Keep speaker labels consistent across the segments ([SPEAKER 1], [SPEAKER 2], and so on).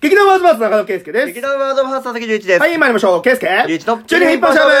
[SPEAKER 1] 劇団ワーズバーズ中野圭介です。
[SPEAKER 2] 劇団ワードファースト佐々木隆一です。
[SPEAKER 1] はい、参りましょう。圭介。
[SPEAKER 2] 隆一と、
[SPEAKER 1] 中日一本勝負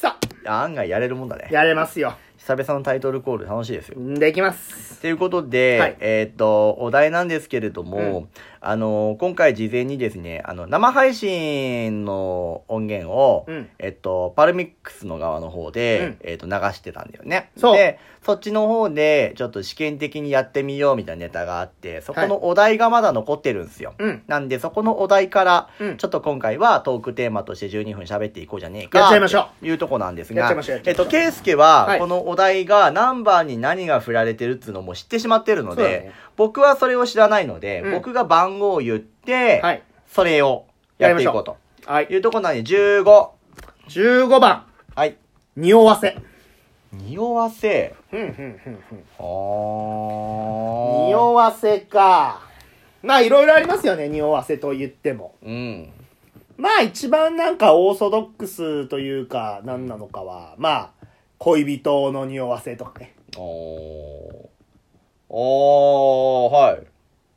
[SPEAKER 1] さあ、
[SPEAKER 2] 案外やれるもんだね。
[SPEAKER 1] やれますよ。
[SPEAKER 2] 久々のタイトルコール楽しいですよ。
[SPEAKER 1] できます。
[SPEAKER 2] ということで、
[SPEAKER 1] はい
[SPEAKER 2] えーっと、お題なんですけれども、
[SPEAKER 1] うん
[SPEAKER 2] あの、今回事前にですね、あの、生配信の音源を、
[SPEAKER 1] うん
[SPEAKER 2] えっと、パルミックスの側の方で、えっと、流してたんだよね。
[SPEAKER 1] そう
[SPEAKER 2] で、そっちの方で、ちょっと試験的にやってみようみたいなネタがあって、そこのお題がまだ残ってるんですよ。
[SPEAKER 1] うん。
[SPEAKER 2] なんで、そこのお題から、
[SPEAKER 1] うん
[SPEAKER 2] ちょっと今回はトークテーマとして12分喋っていこうじゃねえか。
[SPEAKER 1] やっちゃいましょう
[SPEAKER 2] う。いうとこなんです
[SPEAKER 1] やっちゃ
[SPEAKER 2] が
[SPEAKER 1] いましょうやっ、ちゃ
[SPEAKER 2] え
[SPEAKER 1] い
[SPEAKER 2] っ
[SPEAKER 1] ましょう
[SPEAKER 2] と、ケイスケ
[SPEAKER 1] は、
[SPEAKER 2] はいこのお題が何番に何が振られてるっていうのも知ってしまってるの
[SPEAKER 1] そうだ
[SPEAKER 2] で、
[SPEAKER 1] ね
[SPEAKER 2] 僕はそれを知らないので、
[SPEAKER 1] うん
[SPEAKER 2] 僕が番号を言って、
[SPEAKER 1] はい。
[SPEAKER 2] それをやっていこうと。
[SPEAKER 1] はい。
[SPEAKER 2] いうとこなんで、15。
[SPEAKER 1] 15番、
[SPEAKER 2] はい。
[SPEAKER 1] 匂わせ。
[SPEAKER 2] 匂わせ。
[SPEAKER 1] うん、うん、うん、うん。
[SPEAKER 2] あー。
[SPEAKER 1] 匂わせか。まあ、いろいろありますよね、匂わせと言っても。
[SPEAKER 2] うん。
[SPEAKER 1] まあ、一番なんかオーソドックスというか、何なのかは、まあ、恋人の匂わせとかね。
[SPEAKER 2] おー。おー、はい。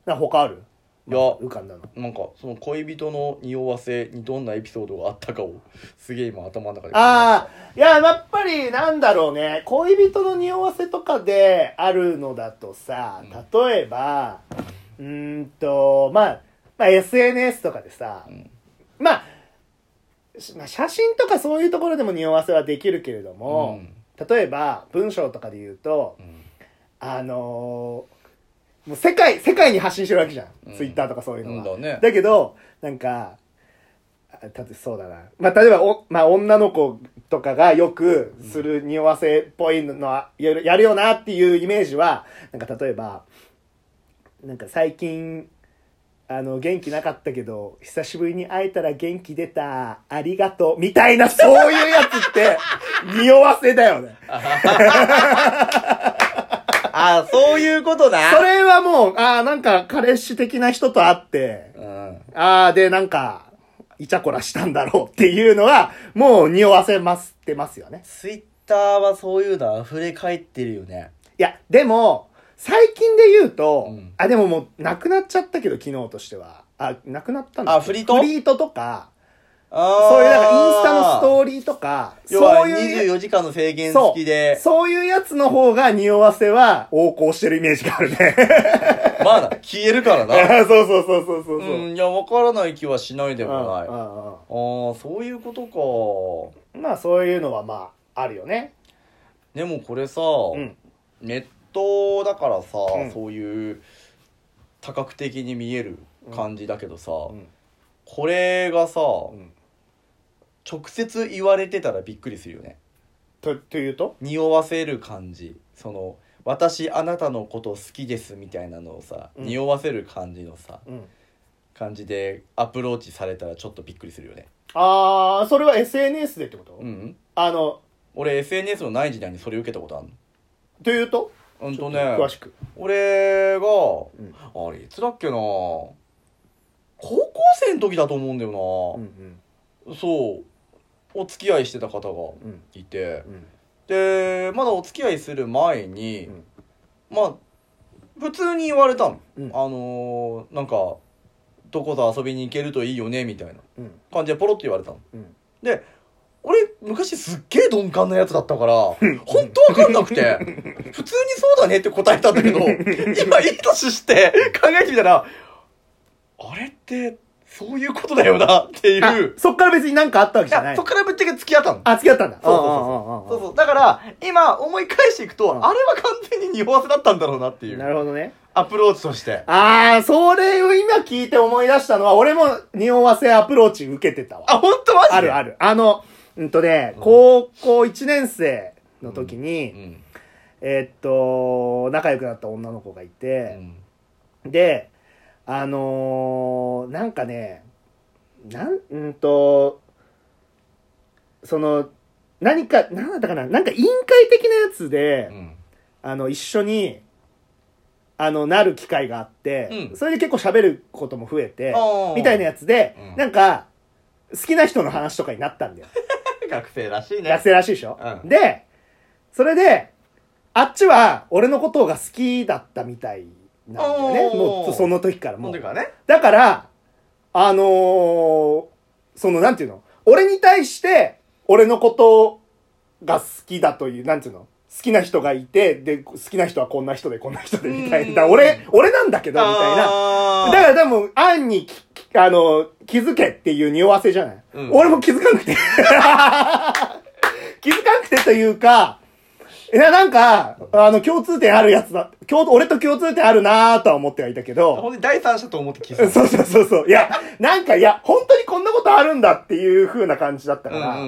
[SPEAKER 1] な他ある
[SPEAKER 2] いや
[SPEAKER 1] 浮かんだの。
[SPEAKER 2] なんかその恋人の匂わせにどんなエピソードがあったかをすげえ今頭の中で
[SPEAKER 1] ああ、いや、やっぱりなんだろうね、恋人の匂わせとかであるのだとさ、例えば、うーんと、まあ、まあ、SNS とかでさ、
[SPEAKER 2] ん
[SPEAKER 1] まあ、しまあ写真とかそういうところでも匂わせはできるけれども、例えば文章とかで言うと、
[SPEAKER 2] うん
[SPEAKER 1] あのーもう世界、世界に発信してるわけじゃん。
[SPEAKER 2] うん
[SPEAKER 1] ツイッターとかそういうのは。
[SPEAKER 2] うんだね
[SPEAKER 1] けど、なんか、あたとそうだな。まあ、例えばお、まあ、女の子とかがよくする匂わせっぽいのは、やるやるよなっていうイメージは、なんか例えば、なんか最近、あの、元気なかったけど、久しぶりに会えたら元気出た、ありがとう、みたいな、そういうやつ って、匂わせだよね。
[SPEAKER 2] あーそういうこと な
[SPEAKER 1] それはもう、ああ、なんか彼氏的な人と会って、
[SPEAKER 2] うん
[SPEAKER 1] ああ、で、なんか、イチャコラしたんだろうっていうのは、もう匂わせますってますよね。
[SPEAKER 2] ツイッターはそういうの溢れ返ってるよね
[SPEAKER 1] いや、でも、最近で言うと、
[SPEAKER 2] うん
[SPEAKER 1] あ、でももう、なくなっちゃったけど、昨日としては。あ、なくなったんだ
[SPEAKER 2] あフリート
[SPEAKER 1] フリートとか、
[SPEAKER 2] あ
[SPEAKER 1] そういうなんかインスタのス
[SPEAKER 2] ー
[SPEAKER 1] トーリーとか、
[SPEAKER 2] 要は
[SPEAKER 1] そういう、
[SPEAKER 2] 24時間の制限
[SPEAKER 1] そ
[SPEAKER 2] 付
[SPEAKER 1] う
[SPEAKER 2] きで、
[SPEAKER 1] そういうやつの方が匂わせは横行してるイメージがあるね。
[SPEAKER 2] まあな消えるからな
[SPEAKER 1] そうそうそうそうそうそうう。うん
[SPEAKER 2] んいや分からない気はしないで
[SPEAKER 1] う
[SPEAKER 2] もないあ
[SPEAKER 1] んう
[SPEAKER 2] あ
[SPEAKER 1] ん
[SPEAKER 2] ーそういうことか
[SPEAKER 1] まあそういうのはまああるよね。
[SPEAKER 2] でもこれさ、
[SPEAKER 1] うん。
[SPEAKER 2] ネットだからさ、
[SPEAKER 1] うん
[SPEAKER 2] そういう多角的に見える感じだけどさ、
[SPEAKER 1] ん
[SPEAKER 2] これがさ、
[SPEAKER 1] ん
[SPEAKER 2] 直接言われてたらびっくりするよね
[SPEAKER 1] と、というと
[SPEAKER 2] 匂わせる感じその「私あなたのこと好きです」みたいなのをさ、
[SPEAKER 1] うん
[SPEAKER 2] 匂わせる感じのさ
[SPEAKER 1] うん。
[SPEAKER 2] 感じでアプローチされたらちょっとびっくりするよね
[SPEAKER 1] ああ、それは SNS でってこと、
[SPEAKER 2] うん
[SPEAKER 1] あの、
[SPEAKER 2] 俺 SNS のない時代にそれ受けたことあるの
[SPEAKER 1] というと
[SPEAKER 2] うんとね
[SPEAKER 1] 詳しく。ん
[SPEAKER 2] 俺が、あれいつだっけな高校生の時だと思うんだよ
[SPEAKER 1] ん
[SPEAKER 2] な、そうお付き合いしてた方
[SPEAKER 1] うん。うん。
[SPEAKER 2] がいて
[SPEAKER 1] うん。
[SPEAKER 2] でまだお付き合いする前に、
[SPEAKER 1] うん
[SPEAKER 2] まあ普通に言われたの、
[SPEAKER 1] うん
[SPEAKER 2] あのーなんかどこぞ遊びに行けるといいよねみたいな
[SPEAKER 1] うん。
[SPEAKER 2] 感じでポロッと言われたの
[SPEAKER 1] うん。
[SPEAKER 2] で俺昔すっげえ鈍感なやつだったから本当わかんなくて 普通にそうだねって答えたんだけど今いい年して考えてみたらあれってそういうことだよなっていう
[SPEAKER 1] あそっから別になんかあったわけ
[SPEAKER 2] い
[SPEAKER 1] じゃな
[SPEAKER 2] や
[SPEAKER 1] い
[SPEAKER 2] そっ。からぶっちゃけ付き合ったの
[SPEAKER 1] あ、付き合ったんだ。
[SPEAKER 2] そうそう
[SPEAKER 1] そ
[SPEAKER 2] そうそうだから今思い返していくと
[SPEAKER 1] うん
[SPEAKER 2] あれは完全に匂わせだったんだろうなってい
[SPEAKER 1] な
[SPEAKER 2] う
[SPEAKER 1] るほどね。
[SPEAKER 2] アプローチとして
[SPEAKER 1] ああ、それを今聞いて思い出したのは、俺も匂わせアプローチ受けてたわ。
[SPEAKER 2] あ本当マジで
[SPEAKER 1] あるあ
[SPEAKER 2] る
[SPEAKER 1] る。あの、うんとね、
[SPEAKER 2] うん
[SPEAKER 1] 高校1年生の時に、
[SPEAKER 2] うん
[SPEAKER 1] えーっと、仲良くなった女の子がいて、で、あのーなんかね、なん、うんと、その、何か、なんだったかな、なんか委員会的なやつで、
[SPEAKER 2] うん
[SPEAKER 1] あの、一緒に、あの、なる機会があって、
[SPEAKER 2] うん
[SPEAKER 1] それで結構喋ることも増えて
[SPEAKER 2] あー、
[SPEAKER 1] みたいなやつで、
[SPEAKER 2] うん
[SPEAKER 1] なんか、好きな人の話とかになったんだよ。
[SPEAKER 2] 学生らしいね
[SPEAKER 1] 学生らしいでしょ、
[SPEAKER 2] うん
[SPEAKER 1] で、それで、あっちは俺のことが好きだったみたいなんだよね
[SPEAKER 2] おー
[SPEAKER 1] もうその時からもう
[SPEAKER 2] 本当からね。
[SPEAKER 1] だからあのーそのなんていうの俺に対して俺のことが好きだというなんていうの好きな人がいてで好きな人はこんな人でこんな人でみたいな
[SPEAKER 2] うん
[SPEAKER 1] 俺俺なんだけどみたいなだ
[SPEAKER 2] な。
[SPEAKER 1] から多分、アンにき、きあの、気づけっていう匂わせじゃない、
[SPEAKER 2] うん
[SPEAKER 1] 俺も気づかなくて。 気づかなくてというか、いや、なんか、あの、共通点あるやつだ。共俺と共通点あるなーとは思ってはいたけど、
[SPEAKER 2] 本当に第三者と思って聞いてた。
[SPEAKER 1] そうそうそうそう。いや、なんか、いや、本当にこんなことあるんだっていう風な感じだった
[SPEAKER 2] う
[SPEAKER 1] か
[SPEAKER 2] ん
[SPEAKER 1] ら、
[SPEAKER 2] うんうんう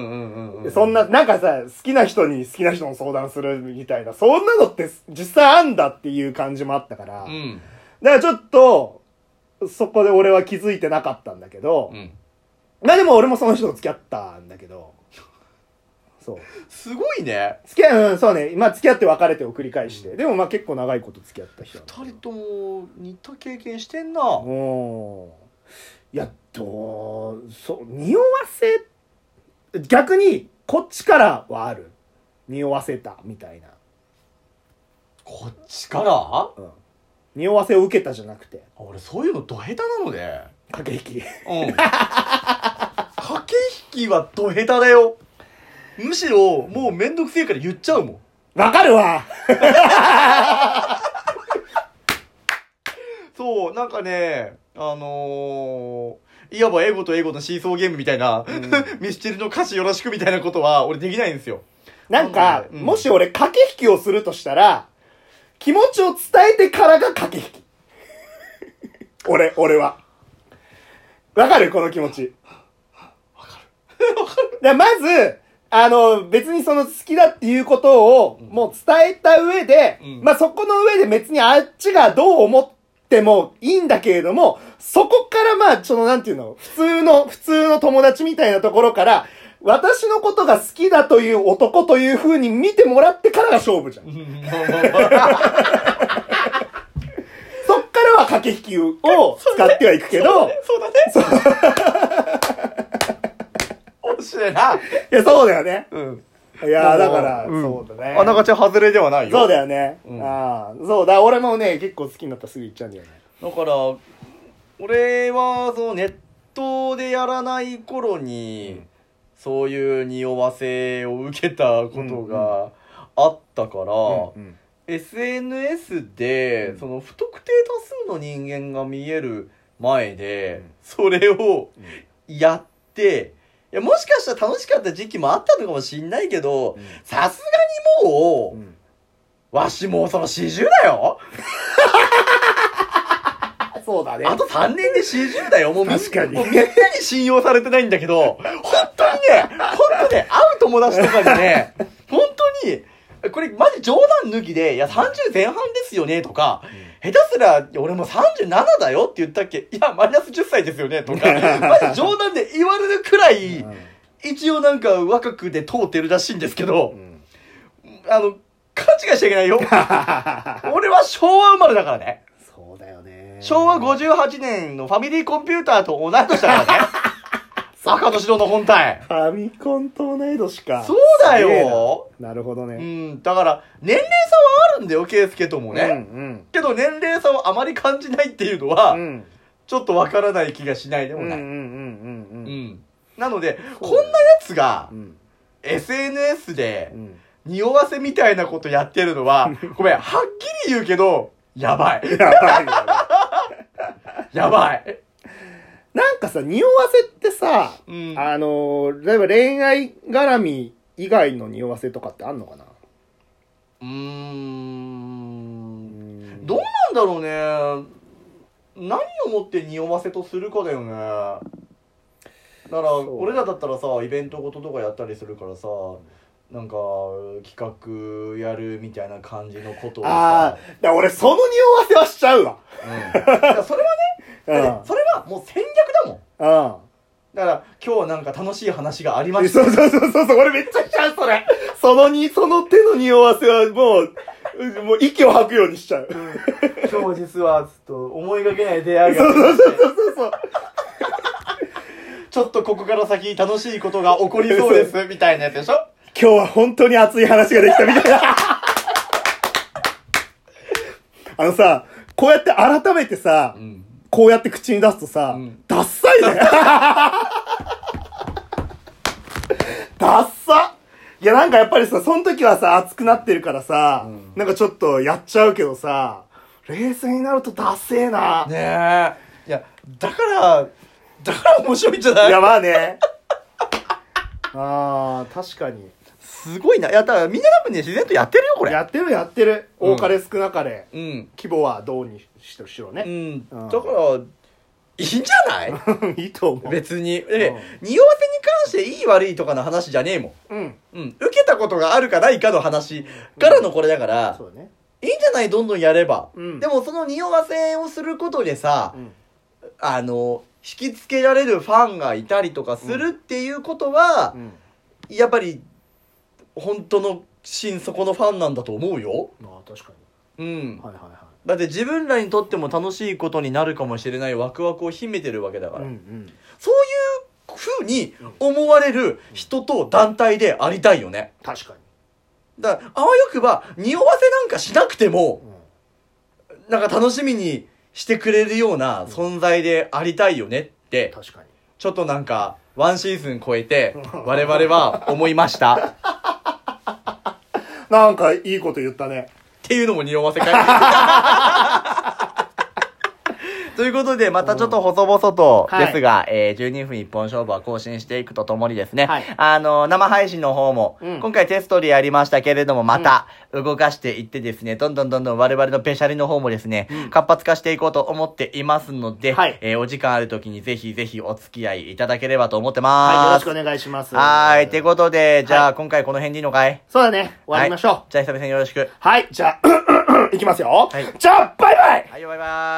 [SPEAKER 2] んうん。
[SPEAKER 1] そんな、なんかさ、好きな人に好きな人の相談するみたいな、そんなのって実際あんだっていう感じもあったから、
[SPEAKER 2] うん。
[SPEAKER 1] だからちょっと、そこで俺は気づいてなかったんだけど
[SPEAKER 2] う、ん。
[SPEAKER 1] まあでも俺もその人と付き合ったんだけど、そう。
[SPEAKER 2] すごいね。
[SPEAKER 1] 付き合い、うん、そうね。まあ付き合って別れてを繰り返して。でもまあ結構長いこと付き合った人なんだけど
[SPEAKER 2] 二人とも似た経験してんな。
[SPEAKER 1] もういやどうそう匂わせ逆にこっちからはある匂わせたみたいな、
[SPEAKER 2] こっちから
[SPEAKER 1] うん、匂わせを受けたじゃなくて
[SPEAKER 2] 俺そういうのど下手なのね。
[SPEAKER 1] 駆け引き
[SPEAKER 2] うん。 駆け引きはど下手だよ。むしろ、もうめんどくせえから言っちゃうもん。
[SPEAKER 1] わかるわ
[SPEAKER 2] そう、なんかね、あのー、いわばエゴとエゴのシーソーゲームみたいな、
[SPEAKER 1] ん
[SPEAKER 2] ミスチルの歌詞よろしくみたいなことは俺できないんですよ。
[SPEAKER 1] なんか、
[SPEAKER 2] うん
[SPEAKER 1] もし俺駆け引きをするとしたら、気持ちを伝えてからが駆け引き。 俺、俺は。わかるこの気持ち。わ かる。わかる。まず、あの、別にその好きだっていうことを、
[SPEAKER 2] ん
[SPEAKER 1] もう伝えた上で、
[SPEAKER 2] うん
[SPEAKER 1] まあそこの上で別にあっちがどう思ってもいいんだけれども、そこからまあ、そのなんていうの、普通の、普通の友達みたいなところから、私のことが好きだという男という風に見てもらってからが勝負じゃん。そっからは駆け引きを使ってはいくけど、
[SPEAKER 2] そうだね。そうだね。面白いな。
[SPEAKER 1] いや、そうだよね。
[SPEAKER 2] うん。
[SPEAKER 1] いやーだから、
[SPEAKER 2] うん
[SPEAKER 1] そうだね。
[SPEAKER 2] あながち外れではないよ。
[SPEAKER 1] そうだよね。
[SPEAKER 2] うん
[SPEAKER 1] ああ、そうだ、俺もね、結構好きになったらすぐ行っちゃうんだよね。
[SPEAKER 2] だから俺はそのネットでやらない頃に、そういう匂わせを受けたことがあったから、
[SPEAKER 1] うん、
[SPEAKER 2] SNS で、
[SPEAKER 1] うん
[SPEAKER 2] その不特定多数の人間が見える前で、それをやっていやもしかしたら楽しかった時期もあったのかもしんないけどさすがにもう。
[SPEAKER 1] うん
[SPEAKER 2] わしもうその40だよ
[SPEAKER 1] あそうだね。
[SPEAKER 2] あと3年で40だよ、もう。
[SPEAKER 1] 確かに
[SPEAKER 2] もうみんなに信用されてないんだけど、本当にね、本当ね、会う友達とかに ね、本当に、これマジ冗談抜きで、いや30前半ですよね、とか、下手すら、俺もう37だよって言ったっけいや、マイナス10歳ですよね、とか、 マジ冗談で言われるくらい、一応なんか若くで通ってるらしいんですけ
[SPEAKER 1] う
[SPEAKER 2] ど
[SPEAKER 1] ん、う ん
[SPEAKER 2] あの、勘違いしちゃいけ ないよ。俺は昭和生まれだからね。
[SPEAKER 1] そうだよね。
[SPEAKER 2] 昭和58年のファミリーコンピューターと同い 年だからね。赤と白の本体。
[SPEAKER 1] ファミコンと同い年か。
[SPEAKER 2] そうだよ
[SPEAKER 1] すげえな。なるほど
[SPEAKER 2] う
[SPEAKER 1] ね。
[SPEAKER 2] ん、だから、年齢差はあるんだよ、圭介ともね。
[SPEAKER 1] うん
[SPEAKER 2] けど、年齢差をあまり感じないっていうの
[SPEAKER 1] う
[SPEAKER 2] は、
[SPEAKER 1] ん。うん。
[SPEAKER 2] ちょっとわからない気がしないでも
[SPEAKER 1] うんうんう
[SPEAKER 2] ない。うん。
[SPEAKER 1] んうんうん。
[SPEAKER 2] なので、こ
[SPEAKER 1] そうんだね
[SPEAKER 2] なやつが
[SPEAKER 1] う、ん。
[SPEAKER 2] SNS で
[SPEAKER 1] う、ん。
[SPEAKER 2] 匂わせみたいなことやってるの は、ごめん、はっきり言うけど、やばい。
[SPEAKER 1] やばいよね。
[SPEAKER 2] やばい。
[SPEAKER 1] なんかさ、匂わせってさ、
[SPEAKER 2] うん。
[SPEAKER 1] あのー、例えば恋愛絡み以外の匂わせとかってあんのかな
[SPEAKER 2] うーん。
[SPEAKER 1] ん
[SPEAKER 2] どうなんだろうね何をもって匂わせとするかだよねだから
[SPEAKER 1] そう
[SPEAKER 2] 俺らだったらさイベントごととかやったりするからさなんか企画やるみたいな感じのことを
[SPEAKER 1] ああ
[SPEAKER 2] さ、、
[SPEAKER 1] だから俺その匂わせはしちゃうわ。
[SPEAKER 2] うん、だからそれ は
[SPEAKER 1] うん。
[SPEAKER 2] ねだってそれはもう戦略だもん
[SPEAKER 1] う
[SPEAKER 2] だから今日はなんか楽しい話がありま
[SPEAKER 1] ん。
[SPEAKER 2] した
[SPEAKER 1] そうそうそうそうそう、俺めっちゃしちゃう、それ。そのに、その手の匂わせはもう、うもう息を吐くようにしちゃう。
[SPEAKER 2] 今日実はちょっと思いがけない出会いが
[SPEAKER 1] そうそうそうそうそう。
[SPEAKER 2] ちょっとここから先楽しいことが起こりそうですみたいなやつでしょ
[SPEAKER 1] 今日は本当に熱い話ができたみたいな。あのさ、こうやって改めてさ、
[SPEAKER 2] うん
[SPEAKER 1] こうやって口に出すとさ、
[SPEAKER 2] うん
[SPEAKER 1] ダッサいね。ダッサいや、なんかやっぱりさ、その時はさ、熱くなってるからさ、なんかちょっとやっちゃうけどさ、冷静になるとダッセーな。
[SPEAKER 2] ねえいやだからだから面白いんじゃない
[SPEAKER 1] いや、まあ ね。ああ、確かに。
[SPEAKER 2] すごいないやだからみんな多分ね自然とやってるよこれ
[SPEAKER 1] やってるやってる。
[SPEAKER 2] うん
[SPEAKER 1] 多かれ少なかれ。
[SPEAKER 2] うん
[SPEAKER 1] 規模はどうにしろしろ
[SPEAKER 2] う
[SPEAKER 1] ね。
[SPEAKER 2] んだ
[SPEAKER 1] うん
[SPEAKER 2] からいいんじゃない
[SPEAKER 1] いいと思う。
[SPEAKER 2] 別にえ
[SPEAKER 1] うん
[SPEAKER 2] 匂わせに関していい悪いとかの話じゃねえもん
[SPEAKER 1] うん。
[SPEAKER 2] うん、受けたことがあるかないかの話からのこれだから、
[SPEAKER 1] そうだね。
[SPEAKER 2] いいんじゃないどんどんやれば、
[SPEAKER 1] うん
[SPEAKER 2] でもその匂わせをすることでさ、
[SPEAKER 1] うん。
[SPEAKER 2] あの引きつけられるファンがいたりとかするっていうことは
[SPEAKER 1] う、ん。
[SPEAKER 2] やっぱり本当の心底のファンなんだと思うよ、
[SPEAKER 1] まあ、確か
[SPEAKER 2] うん
[SPEAKER 1] に。はいはいはい。
[SPEAKER 2] だって自分らにとっても楽しいことになるかもしれないワクワクを秘めてるわけだから、
[SPEAKER 1] ん
[SPEAKER 2] そういうふうに思われる人と団体でありたいよね、
[SPEAKER 1] 確かに、
[SPEAKER 2] だからあわよくば匂わせなんかしなくてもなんか楽しみにしてくれるような存在でありたいよねって
[SPEAKER 1] 確かに
[SPEAKER 2] ちょっとなんかワンシーズン超えて
[SPEAKER 1] うん
[SPEAKER 2] 我々は思いま したっ
[SPEAKER 1] なんかいいこと言ったね
[SPEAKER 2] ていうのも匂わせか いということで、またちょっと細々と
[SPEAKER 1] うん
[SPEAKER 2] ですが、えー、12分一本勝負は更新していくとともにですね、
[SPEAKER 1] はい
[SPEAKER 2] あの、生配信の方も、
[SPEAKER 1] うん
[SPEAKER 2] 今回テストでやりましたけれども、また動かしていってですね、どんどんどんどん我々のペシャリの方もですね、
[SPEAKER 1] うん
[SPEAKER 2] 活発化していこうと思っていますので、
[SPEAKER 1] はい
[SPEAKER 2] えーお時間ある時にぜひぜひお付き合いいただければと思って
[SPEAKER 1] はいよ
[SPEAKER 2] ま
[SPEAKER 1] ろ
[SPEAKER 2] す。
[SPEAKER 1] しくお願いします
[SPEAKER 2] はーい、ってこととで、じゃあ、
[SPEAKER 1] は
[SPEAKER 2] 今回この辺でいいのかい
[SPEAKER 1] そうだね終わりましょう
[SPEAKER 2] じゃあ久々によろしく。
[SPEAKER 1] はい、じゃあ いきますよ、
[SPEAKER 2] はい
[SPEAKER 1] じゃあバイバイ
[SPEAKER 2] はい、バイバイ。